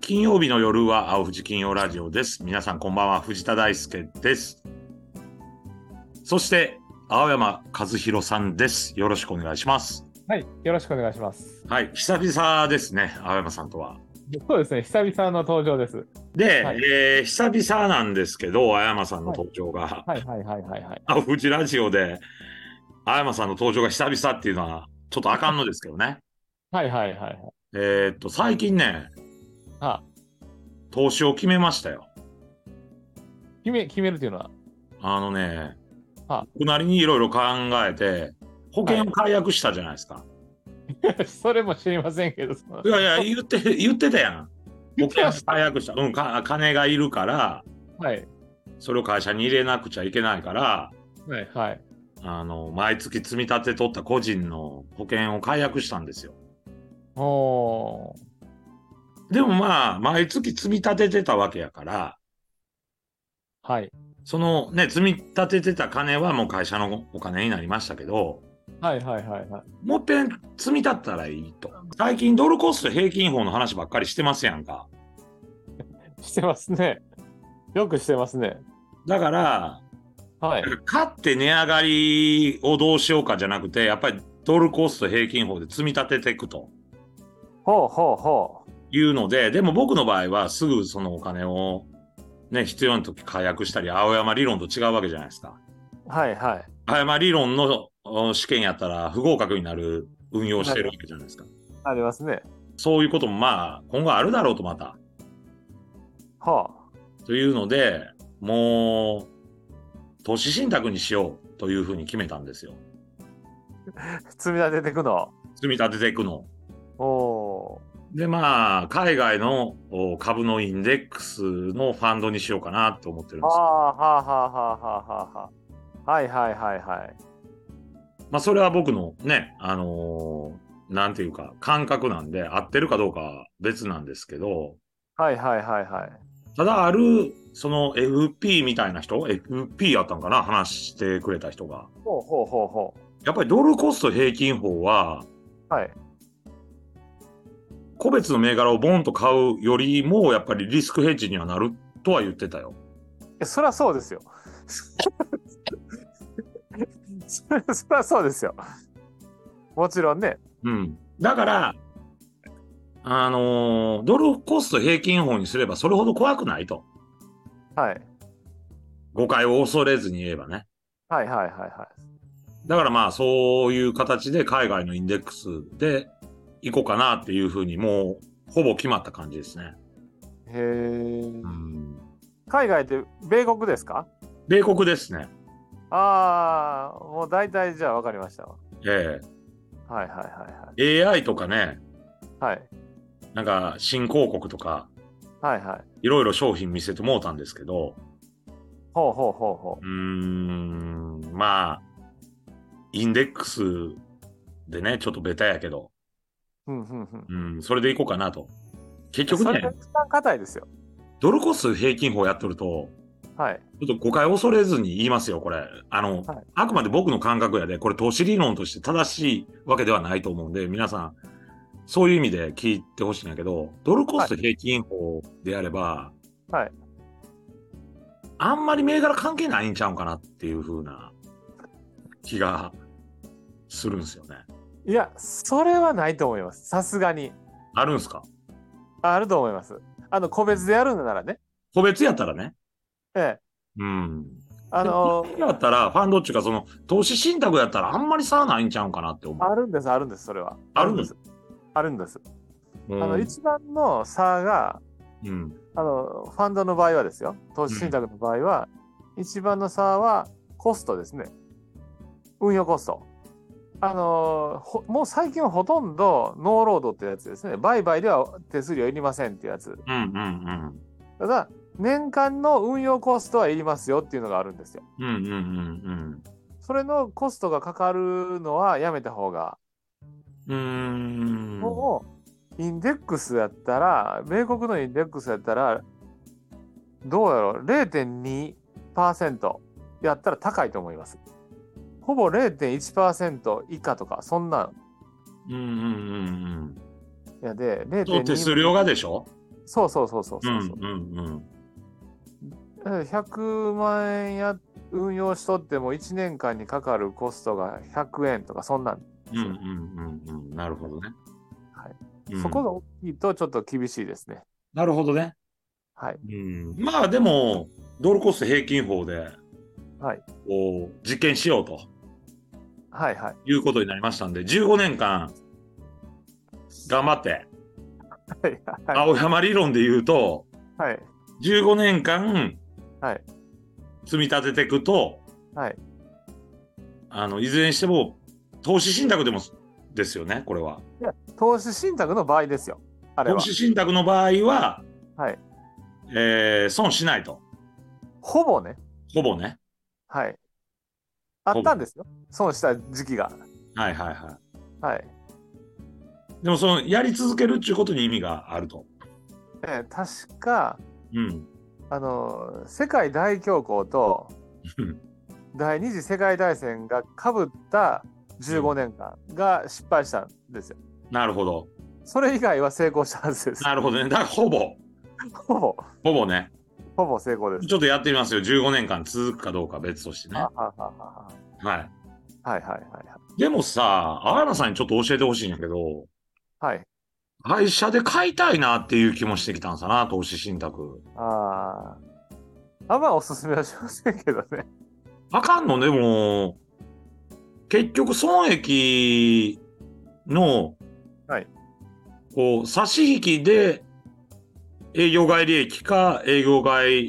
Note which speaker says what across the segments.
Speaker 1: 金曜日の夜は青藤金曜ラジオです。皆さんこんばんは、藤田大輔です。そして、青山和弘さんです。よろしくお願いします。
Speaker 2: はい、よろしくお願いします。
Speaker 1: はい、久々ですね、青山さんとは。
Speaker 2: そうですね、久々の登場です。
Speaker 1: で、
Speaker 2: はい
Speaker 1: えー久々なんですけど、青山さんの登場が、
Speaker 2: はいはいはいはいはい。
Speaker 1: 青藤ラジオで、青山さんの登場が久々っていうのは、ちょっとあかんのですけどね。
Speaker 2: はいはいはいはい。
Speaker 1: えーっと、最近ね、
Speaker 2: あ
Speaker 1: 投資を決めましたよ。
Speaker 2: 決め、決めるというのは。
Speaker 1: あのね、
Speaker 2: は
Speaker 1: 僕なりにいろいろ考えて、保険を解約したじゃないですか。
Speaker 2: それも知りませんけど、その
Speaker 1: い、やいや、言って、言ってたやん。
Speaker 2: 言
Speaker 1: 保
Speaker 2: って
Speaker 1: 険
Speaker 2: ま
Speaker 1: を
Speaker 2: し
Speaker 1: 解約した。うん、か金がいるから、
Speaker 2: はい
Speaker 1: それを会社に入れなくちゃいけないから、
Speaker 2: はいはい。
Speaker 1: あの、毎月積み立て取った個人の保険を解約したんですよ。
Speaker 2: おー
Speaker 1: でもまあ、毎月積み立ててたわけやから、
Speaker 2: はい
Speaker 1: そのね、積み立ててた金はもう会社のお金になりましたけど、
Speaker 2: はいはいはいはい。
Speaker 1: もっぺん積み立ったらいいと。最近ドルコスト平均法の話ばっかりしてますやんか。
Speaker 2: してますね。よくしてますね。
Speaker 1: だから、
Speaker 2: はい。
Speaker 1: 買って値上がりをどうしようかじゃなくて、やっぱりドルコスト平均法で積み立てていくと
Speaker 2: ほうほうほう。
Speaker 1: いうので、でも僕の場合はすぐそのお金をね、必要な時解約したり、青山理論と違うわけじゃないですか。
Speaker 2: はいはい。
Speaker 1: 青山理論のお試験やったら不合格になる運用してるわけじゃないですか。
Speaker 2: ありますね。
Speaker 1: そういうこともまあ今後あるだろうとまた。
Speaker 2: ほ
Speaker 1: というので、もう投資信託にしようというふうに決めたんですよ。
Speaker 2: う。積み立てていくの。
Speaker 1: 積み立てていくのを。
Speaker 2: お
Speaker 1: で、まあ、海外のお株のインデックスのファンドにしようかなと思ってるん
Speaker 2: は
Speaker 1: です。
Speaker 2: あはあはあはあはあはあ。はいはいはいはい。
Speaker 1: まあ、それは僕のね、あのーなんていうか、感覚なんで、合ってるかどうかは別なんですけど、
Speaker 2: はいはいはいはい。
Speaker 1: ただある、その FP みたいな人、FP やったんかな話してくれた人が。
Speaker 2: ほうほうほうほ
Speaker 1: やっぱりドルコスト平均法は、
Speaker 2: う。はい。
Speaker 1: 個別の銘柄をボンと買うよりも、やっぱりリスクヘッジにはなるとは言ってたよ。
Speaker 2: いやそりゃそうですよ。 そりゃそりゃそうですよ。もちろんね。
Speaker 1: うん。だから、あのードルコスト平均法にすればそれほど怖くないと。
Speaker 2: はい。
Speaker 1: 誤解を恐れずに言えばね。
Speaker 2: はいはいはいは
Speaker 1: だからまあ、そういう形で海外のインデックスで行こうかなっていうふうに、もう、ほぼ決まった感じですね。
Speaker 2: い。へえ。
Speaker 1: うん。
Speaker 2: 海外って米国ですか
Speaker 1: 米国ですね。
Speaker 2: ああ、もう大体じゃあ分かりましたわ。
Speaker 1: え
Speaker 2: はいはいは
Speaker 1: え AI とかね、
Speaker 2: いはい。はい
Speaker 1: なんか、新興国とか、
Speaker 2: はいはい。
Speaker 1: いろいろ商品見せてもうたんですけど、
Speaker 2: ほうほうほうほ
Speaker 1: うーん、まあ、インデックスでね、ちょっとベタやけど、
Speaker 2: う。うんうんうん。
Speaker 1: うん、それでいこうかなと。結局
Speaker 2: それ
Speaker 1: ね
Speaker 2: が、一番硬いですよ。
Speaker 1: ドルコスト平均法やっとると、
Speaker 2: はい。
Speaker 1: ちょっと誤解を恐れずに言いますよ、これ。あの、
Speaker 2: はい
Speaker 1: あくまで僕の感覚やで、これ投資理論として正しいわけではないと思うんで、皆さん、そういう意味で聞いてほしいんやけど、ドルコスト平均法であれば、
Speaker 2: はい
Speaker 1: あんまり銘柄関係ないんちゃうかなっていう風な気がするんですよね。
Speaker 2: いや、それはないと思います。さすがに。
Speaker 1: あるんすか
Speaker 2: あると思います。あの、個別でやるんならね。
Speaker 1: 個別やったらね。
Speaker 2: ええ。
Speaker 1: うん。
Speaker 2: あの
Speaker 1: で個別やったら、ファンドっていうか、その、投資信託やったらあんまり差ないんちゃうかなって思う。
Speaker 2: あるんです、あるんです、それは。
Speaker 1: あるんです
Speaker 2: す。あるんです。
Speaker 1: うん
Speaker 2: あの、一番の差が、
Speaker 1: うん。
Speaker 2: あの、ファンドの場合はですよ、投資信託の場合は、一番の差はコストですね。運用コスト。あのほもう最近はほとんどノーロードってやつですね。売買では手数料いりませんってやつ。
Speaker 1: うんうん
Speaker 2: ただ、年間の運用コストはいりますよっていうのがあるんですよ。
Speaker 1: うん。うんうんうん
Speaker 2: それのコストがかかるのはやめた方が
Speaker 1: うん。うーん。
Speaker 2: もうインデックスやったら米国のインデックスやったらどうやろう0.2%やったら高いと思いますほぼ0.1%以下とか、そんなん
Speaker 1: うんうんうん
Speaker 2: やで、
Speaker 1: うん。と手数
Speaker 2: 0.2
Speaker 1: 料がでしょ
Speaker 2: そうそうそうそうそうう、
Speaker 1: んうんうん。
Speaker 2: だから100万円や運用しとっても1年間にかかるコストが100円とか、そんなん、
Speaker 1: うんうんうんうん。なるほどね。。
Speaker 2: はい
Speaker 1: うん
Speaker 2: そこが大きいとちょっと厳しいですね。
Speaker 1: なるほどね。
Speaker 2: はい。
Speaker 1: うん、まあでも、ドルコスト平均法で、
Speaker 2: はい
Speaker 1: こう実験しようと
Speaker 2: はいはい。
Speaker 1: いうことになりましたんで、15年間、頑張って、
Speaker 2: はいはい。
Speaker 1: 青山理論で言うと、
Speaker 2: はい。
Speaker 1: 15年間、
Speaker 2: はい
Speaker 1: 積み立てていくと、
Speaker 2: はい
Speaker 1: あのいずれにしても、投資信託でもですよね、これは。
Speaker 2: 投資信託の場合ですよ。あれ
Speaker 1: 投
Speaker 2: は。
Speaker 1: 資信託の場合は、
Speaker 2: はい
Speaker 1: えー損しないと、
Speaker 2: ほぼね。
Speaker 1: ほぼね。
Speaker 2: はい。あったんですよ。損した時期が。
Speaker 1: はいはいは
Speaker 2: はい。
Speaker 1: い。でも、そのやり続けるっていうことに意味があると。
Speaker 2: えー確か、
Speaker 1: うん。
Speaker 2: あのー世界大恐慌と
Speaker 1: うん
Speaker 2: 第二次世界大戦がかぶった15年間が失敗したんですよ。
Speaker 1: なるほど。
Speaker 2: それ以外は成功したはずです。
Speaker 1: なるほどね。だからほぼ、
Speaker 2: ほぼ、
Speaker 1: ほぼね。
Speaker 2: ほぼ成功です。
Speaker 1: ちょっとやってみますよ。15年間続くかどうかは別としてね。
Speaker 2: あ
Speaker 1: は
Speaker 2: あああ
Speaker 1: い。
Speaker 2: あはいはいはい
Speaker 1: でもさ、青山さんにちょっと教えてほしいんやけど、
Speaker 2: はい。はい。
Speaker 1: 会社で買いたいなっていう気もしてきたんさな、投資信託。
Speaker 2: ああ。あんまおすすめはしませんけどね。
Speaker 1: あかんのでも、結局損益の、
Speaker 2: はい
Speaker 1: こう、差し引きで、営業外利益か営業外え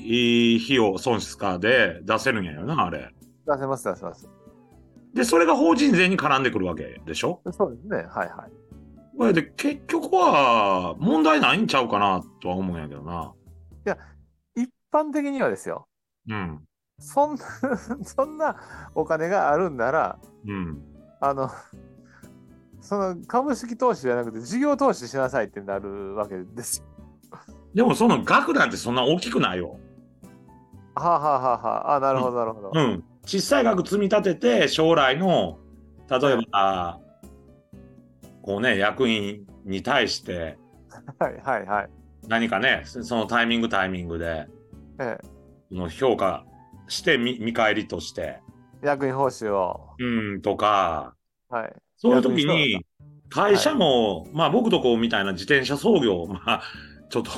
Speaker 1: ー費用損失かで出せるんやよな、あれ。
Speaker 2: 出せます出せます。
Speaker 1: で、それが法人税に絡んでくるわけでしょ
Speaker 2: そうですね。はいはい。
Speaker 1: これで結局は問題ないんちゃうかなとは思うんやけどな。
Speaker 2: 一般的にはですよ。
Speaker 1: うん。
Speaker 2: そんな そんなお金があるんなら、
Speaker 1: うん。
Speaker 2: あの、その株式投資じゃなくて事業投資しなさいってなるわけですよ。
Speaker 1: でもその額なんてそんな大きくないよ。
Speaker 2: はあ、はあはあはあ、あなるほどなるほど。
Speaker 1: うん。小さい額積み立てて将来の例えば、こうね役員に対して
Speaker 2: はいはいはい。
Speaker 1: 何かねそのタイミングタイミングで
Speaker 2: え
Speaker 1: その評価して見見返りとして
Speaker 2: え、役員報酬を。
Speaker 1: うんとか
Speaker 2: はい。
Speaker 1: そういう時
Speaker 2: 逆に
Speaker 1: に、会社も、まあ僕とこうみたいな自転車操業、まあ、ちょっと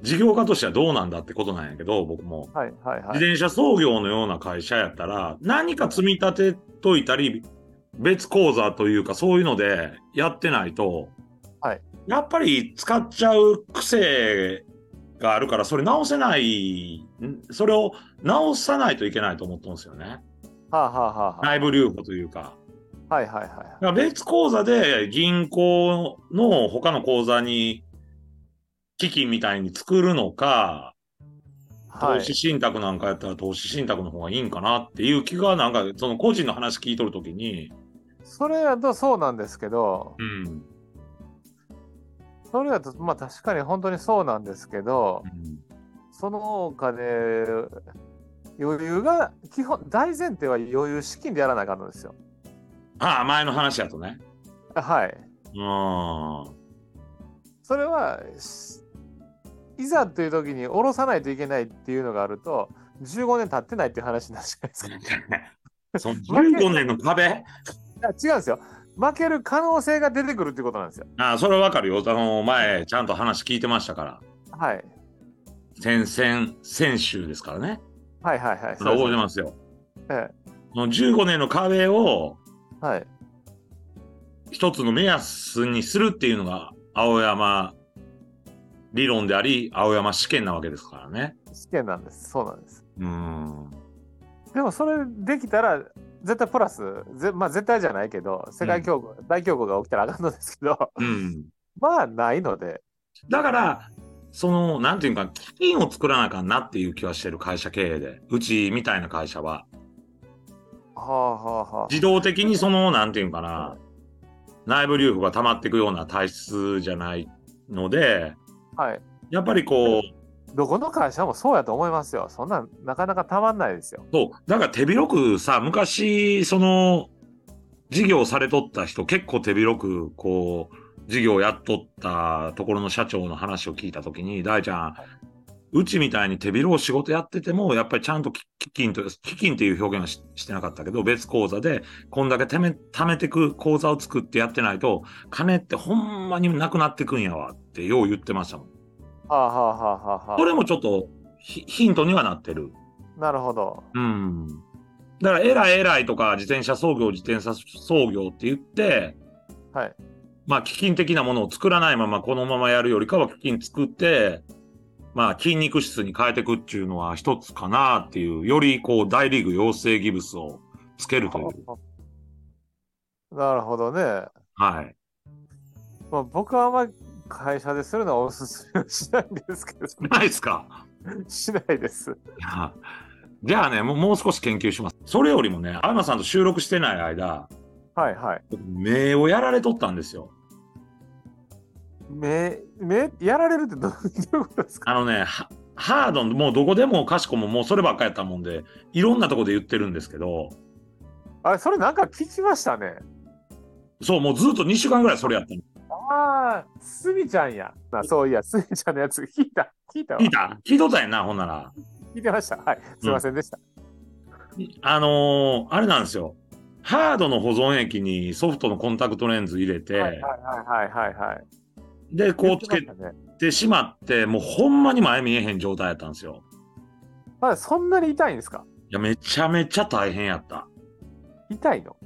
Speaker 1: 事業家としてはどうなんだってことなんやけど、僕も。
Speaker 2: はいはいは
Speaker 1: 自
Speaker 2: い。
Speaker 1: 転車操業のような会社やったら、何か積み立てといたり、別口座というかそういうのでやってないと、
Speaker 2: はい
Speaker 1: やっぱり使っちゃう癖があるから、それ直せない、んそれを直さないといけないと思ってますよね。
Speaker 2: はあ、はあはあは
Speaker 1: 内部留保というか。
Speaker 2: あ、はいはいはいはい。
Speaker 1: だから別口座で銀行の他の口座に基金みたいに作るのか、
Speaker 2: は
Speaker 1: 投
Speaker 2: い。
Speaker 1: 資信託なんかやったら投資信託の方がいいんかなっていう気が、なんかその個人の話聞いとるときに、
Speaker 2: それだとそうなんですけど、
Speaker 1: うん、
Speaker 2: それだとまあ確かに本当にそうなんですけど、そのお金、余裕が、基本、大前提は余裕資金でやらなあかんのですよ。
Speaker 1: ああ、前の話やとね。
Speaker 2: はい。
Speaker 1: うん。は
Speaker 2: それは、しいざという時に下ろさないといけないっていうのがあると、15年経ってないっていう話になるじゃないですか。
Speaker 1: そ の15年の壁
Speaker 2: いや違うんですよ。負ける可能性が出てくるっていうことなんですよ。
Speaker 1: ああ、それわかるよ。あの、前、ちゃんと話聞いてましたから。
Speaker 2: はい。
Speaker 1: 先々、先週ですからね。
Speaker 2: はいはいはい。
Speaker 1: 覚えてますよ。
Speaker 2: え
Speaker 1: その15年の壁を、
Speaker 2: えはい。
Speaker 1: 一つの目安にするっていうのが青山理論であり青山試験なわけですからね。
Speaker 2: 試験なんです。そうなんです。
Speaker 1: うん。
Speaker 2: でもそれできたら、絶対プラス、ぜまあ絶対じゃないけど、世界恐慌、大恐慌が起きたらあかんのですけど、
Speaker 1: うん、
Speaker 2: まあないので、
Speaker 1: だからそのなんていうか基金を作らなあかんなっていう気はしてる会社経営でうちみたいな会社は
Speaker 2: はあはあは
Speaker 1: 自動的にそのなんていうんかな内部留保が溜まっていくような体質じゃないので
Speaker 2: あ。はい。
Speaker 1: やっぱりこう
Speaker 2: どこの会社もそうやと思いますよ。そんなんなかなかたまんないですよ。
Speaker 1: そう。だから手広くさ、昔、その、事業されとった人、結構手広く、こう、事業やっとったところの社長の話を聞いたときに、大ちゃん、うちみたいに手広く仕事やってても、やっぱりちゃんと基基金と、基金っていう表現はししてなかったけど、別口座で、こんだけ貯め、貯めてく口座を作ってやってないと、金ってほんまになくなってくんやわってよう言ってましたもん。
Speaker 2: はあ、はあはあはあはあ、
Speaker 1: それもちょっとヒヒントにはなってる。
Speaker 2: なるほど。
Speaker 1: うん。だから、偉い偉いとか、自転車操業、自転車操業って言って、
Speaker 2: はい。
Speaker 1: まあ、基金的なものを作らないまま、このままやるよりかは、基金作って、まあ、筋肉質に変えていくっていうのは一つかなっていう、より、こう、大リーグ養成ギブスをつけるという。
Speaker 2: なるほどね。
Speaker 1: はい。
Speaker 2: まあ、僕はあんまり会社でするのはおすすめはしないんですけど、
Speaker 1: ないですか
Speaker 2: しないです。
Speaker 1: いやじゃあねもう、もう少し研究します。それよりもね、青山さんと収録してない間、
Speaker 2: はいはい。
Speaker 1: 僕目をやられとったんですよ。
Speaker 2: 目、目、やられるってどういうことですか
Speaker 1: あのね、ハハードン、もうどこでもかしこももうそればっかりやったもんで、いろんなとこで言ってるんですけど、
Speaker 2: あれ、それなんか聞きましたね。
Speaker 1: そう、もうずっと2週間ぐらいそれやったの。
Speaker 2: ああ、すみちゃんや。あそういや、すみちゃんのやつ聞いた。聞いたわ
Speaker 1: 聞いた聞いとったんやな、ほんなら。
Speaker 2: 聞いてました。はい。すいませんでした。
Speaker 1: あのーあれなんですよ。ハードの保存液にソフトのコンタクトレンズ入れて、
Speaker 2: はいはいはいはいはい。
Speaker 1: で、こうつ
Speaker 2: 言っ
Speaker 1: け
Speaker 2: てましたね。
Speaker 1: てしまって、もうほんまに前見えへん状態やったんですよ。
Speaker 2: まだそんなに痛いんですか
Speaker 1: いや、めちゃめちゃ大変やった。
Speaker 2: 痛いの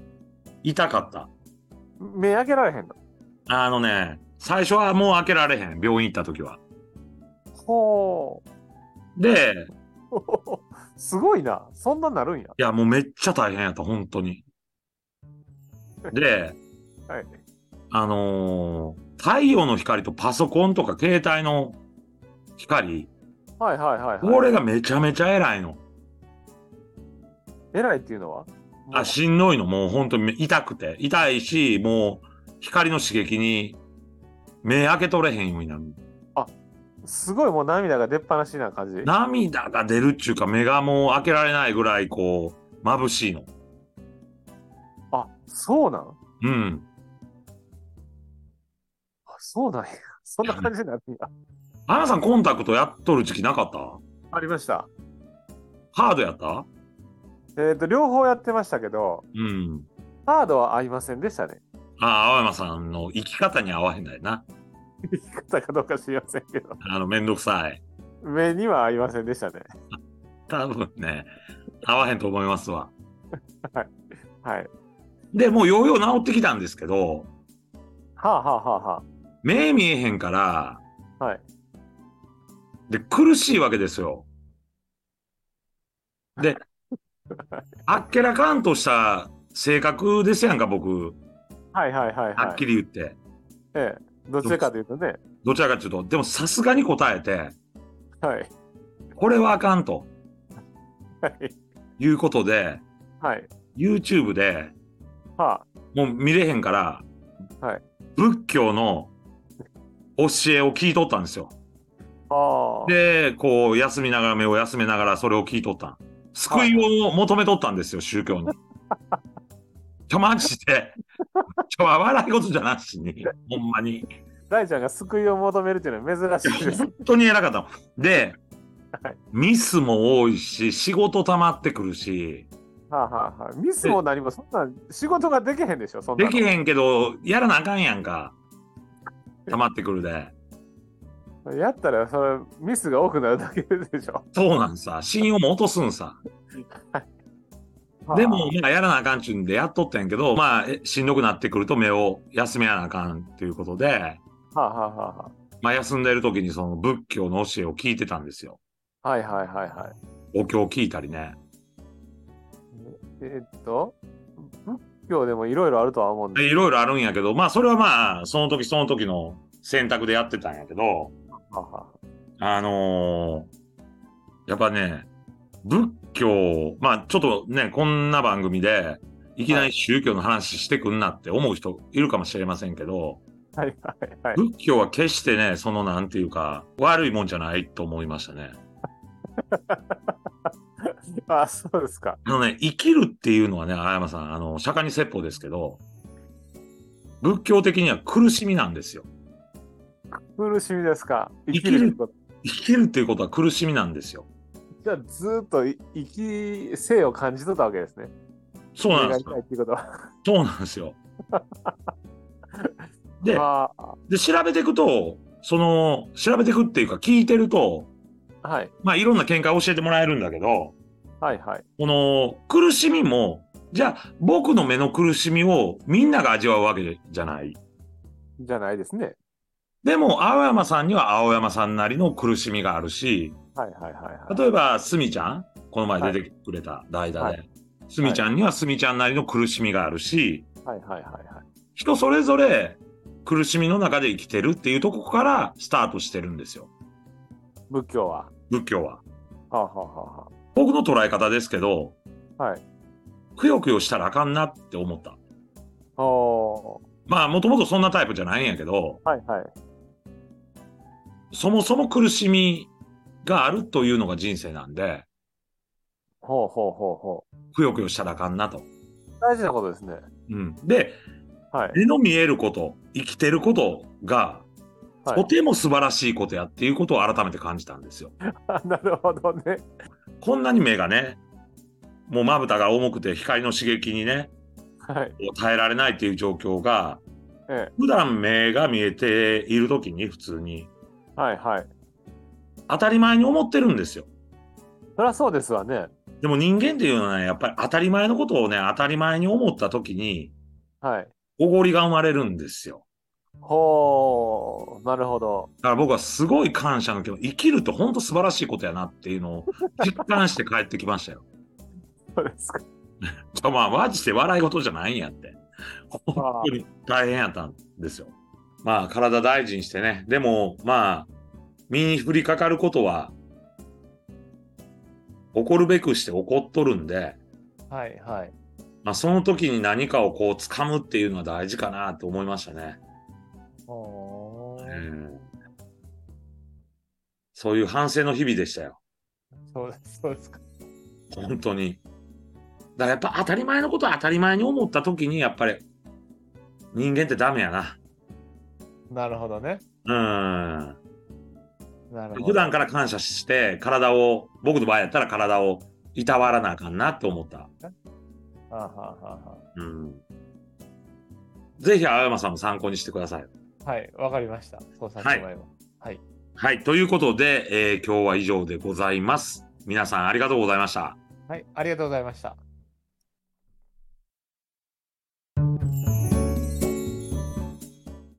Speaker 1: 痛かった。
Speaker 2: 目開けられへんの
Speaker 1: あのね、最初はもう開けられへん、病院行った時は。
Speaker 2: ほ
Speaker 1: で、
Speaker 2: う。 すごいな。そんなんなるんや。
Speaker 1: いや、もうめっちゃ大変やった、本当に。で、
Speaker 2: はい。
Speaker 1: あのー太陽の光とパソコンとか携帯の光、
Speaker 2: はいはいはい、はい。
Speaker 1: これがめちゃめちゃ偉いの。
Speaker 2: 偉いっていうのは
Speaker 1: あ、しんどいの、もう本当に痛くて。痛いし、もう光の刺激に目開けとれへんようになる。
Speaker 2: すごいもう涙が出っ放しな感じ。
Speaker 1: 涙が出るっちゅうか、目がもう開けられないぐらい、こう、眩しいの。
Speaker 2: あ、そうなん
Speaker 1: うん。
Speaker 2: あ、そうなんや。 そんな感じになる んや。
Speaker 1: 花さん、コンタクトやっとる時期なかった
Speaker 2: ありました。
Speaker 1: ハードやった
Speaker 2: えっ、と、両方やってましたけど、
Speaker 1: うん。
Speaker 2: ハードは合いませんでしたね。
Speaker 1: ああ、青山さんの生き方に合わへんだよな。
Speaker 2: 生き方かどうか知りませんけど、
Speaker 1: あの、めんどくさい。
Speaker 2: 目には合いませんでしたね。
Speaker 1: 多分ね、合わへんと思いますわ。
Speaker 2: はい。
Speaker 1: で、もうようよう治ってきたんですけど、
Speaker 2: はあ、はあはあは
Speaker 1: 目見えへんから、
Speaker 2: あ、はい。
Speaker 1: で、苦しいわけですよ。 で、あっけらかんとした性格ですやんか、僕。
Speaker 2: はいはいはい
Speaker 1: は
Speaker 2: は
Speaker 1: っ
Speaker 2: い。
Speaker 1: きり言って。
Speaker 2: ええ、どちらかというとね、
Speaker 1: どちらかというと。でも、さすがに答えて、
Speaker 2: はい。
Speaker 1: これはあかんと
Speaker 2: はい。
Speaker 1: いうことで、
Speaker 2: はい。
Speaker 1: YouTube で
Speaker 2: は
Speaker 1: もう見れへんから、
Speaker 2: はい
Speaker 1: 仏教の教えを聞いとったんですよ。
Speaker 2: あ。ああ。
Speaker 1: で、こう、休みながら、目を休めながら、それを聞いとったん。救いを求めとったんですよ、宗 教に。ちょ、マジで。ちょ、笑い事じゃなしに。ほんまに。
Speaker 2: 大ちゃんが救いを求めるっていうのは珍しいです。
Speaker 1: 本当に偉かったもん。で
Speaker 2: はい、
Speaker 1: ミスも多いし、仕事溜まってくるし、
Speaker 2: はあはあはあ。ミスも何も、そんな仕事ができへんでしょ、そんな
Speaker 1: で
Speaker 2: の
Speaker 1: きへんけど、やらなあかんやんか。溜まってくるで。
Speaker 2: やったら、それ、ミスが多くなるだけでしょ。
Speaker 1: そうなんさ。信用も落とすんさ。
Speaker 2: はあ
Speaker 1: でも、、まあ、やらなあかんちゅうんでやっとったんやけど、まあ、えしんどくなってくると目を休めやなあかんっていうことで、
Speaker 2: はあはあはあは
Speaker 1: まあ、休んでる時にその仏教の教えを聞いてたんですよ。
Speaker 2: あ。はいはいはいはい。
Speaker 1: お経を聞いたりね。
Speaker 2: えっと、仏教でもいろいろあるとは思うん
Speaker 1: で
Speaker 2: で、
Speaker 1: いろいろあるんやけど、まあ、それはまあ、その時その時の選択でやってたんやけど、
Speaker 2: はあは
Speaker 1: あのーやっぱね、仏教、まあ、ちょっとね、こんな番組で、いきなり宗教の話してくんなって思う人いるかもしれませんけど、
Speaker 2: はいはいはい。
Speaker 1: 仏教は決してね、そのなんていうか、悪いもんじゃないと思いましたね。
Speaker 2: あ、そうですか。
Speaker 1: あのね、生きるっていうのはね、青山さん、あの、釈迦に説法ですけど、仏教的には苦しみなんですよ。
Speaker 2: 苦しみですか。
Speaker 1: 生きる
Speaker 2: こと。
Speaker 1: 生きるっていうことは苦しみなんですよ。
Speaker 2: じゃあ、ずーっとい生き、生を感じとったわけですね。
Speaker 1: そうなんです
Speaker 2: 生きがい
Speaker 1: よ。
Speaker 2: っていうことは。
Speaker 1: そうなんです よ。で、
Speaker 2: あー
Speaker 1: で、調べていくと、その、調べていくっていうか、聞いてると、
Speaker 2: はい
Speaker 1: まあ、いろんな見解を教えてもらえるんだけど、
Speaker 2: はいはい。
Speaker 1: この、苦しみも、じゃあ、僕の目の苦しみをみんなが味わうわけじゃない。
Speaker 2: じゃないですね。
Speaker 1: でも、青山さんには青山さんなりの苦しみがあるし、
Speaker 2: はいはいはいはい。
Speaker 1: 例えば、すみちゃん、この前出てくれた代打
Speaker 2: は
Speaker 1: で、すみちゃんにはすみちゃんなりの苦しみがあるし、
Speaker 2: はいはいはいはい。
Speaker 1: 人それぞれ苦しみの中で生きてるっていうところからスタートしてるんですよ、
Speaker 2: 仏教は。
Speaker 1: 仏教は。
Speaker 2: はあ、はあは
Speaker 1: 僕の捉え方ですけど、
Speaker 2: あ、ははい。
Speaker 1: くよくよしたらあかんなって思った。
Speaker 2: おー
Speaker 1: まあ、もともとそんなタイプじゃないんやけど、
Speaker 2: はいはい。
Speaker 1: そもそも苦しみがあるというのが人生なんで、
Speaker 2: ほうほうほうほう。
Speaker 1: くよくよしたらあかんなと。
Speaker 2: 大事なことですね。
Speaker 1: うん、で、
Speaker 2: はい。
Speaker 1: 目の見えること、生きてることが、
Speaker 2: は
Speaker 1: と
Speaker 2: い、
Speaker 1: ても素晴らしいことやっていうことを改めて感じたんですよ。
Speaker 2: あ なるほどね。
Speaker 1: こんなに目がね、もうまぶたが重くて光の刺激にね、
Speaker 2: はい。
Speaker 1: 耐えられないっていう状況が、
Speaker 2: え
Speaker 1: 普段目が見えている時に普通に
Speaker 2: え。はいはい。
Speaker 1: 当たり前に思ってるんですよ。
Speaker 2: そりゃそうですわね。
Speaker 1: でも人間っていうのはね、やっぱり当たり前のことをね、当たり前に思った時に、
Speaker 2: はい。
Speaker 1: おごりが生まれるんですよ。
Speaker 2: ほう。なるほど。
Speaker 1: だから僕はすごい感謝の気持ち、生きるって本当素晴らしいことやなっていうのを実感して帰ってきましたよ。
Speaker 2: そうですか。
Speaker 1: ちょまあ、マジで笑い事じゃないんやって。本当に大変やったんですよ。まあ、体大事にしてね。でも、まあ、身に降りかかることは、起こるべくして起こっとるんで、
Speaker 2: はいはい。
Speaker 1: まあ、その時に何かをこう、掴むっていうのは大事かなと思いましたね。
Speaker 2: お
Speaker 1: う
Speaker 2: ー
Speaker 1: んそういう反省の日々でしたよ。
Speaker 2: そうですそうですか。
Speaker 1: 本当に。だからやっぱ当たり前のことは当たり前に思った時に、やっぱり、人間ってダメやな。
Speaker 2: なるほどね。
Speaker 1: うん。
Speaker 2: なるほど。
Speaker 1: 普段から感謝して、体を、僕の場合やったら体をいたわらなあかんなと思った。
Speaker 2: あはあは
Speaker 1: うん。ぜひ、青山さんも参考にしてください。
Speaker 2: あはあはい。わかりました。そうさせてもらいます。
Speaker 1: はい。ということで、えー今日は以上でございます。皆さんありがとうございました。
Speaker 2: はい。ありがとうございました。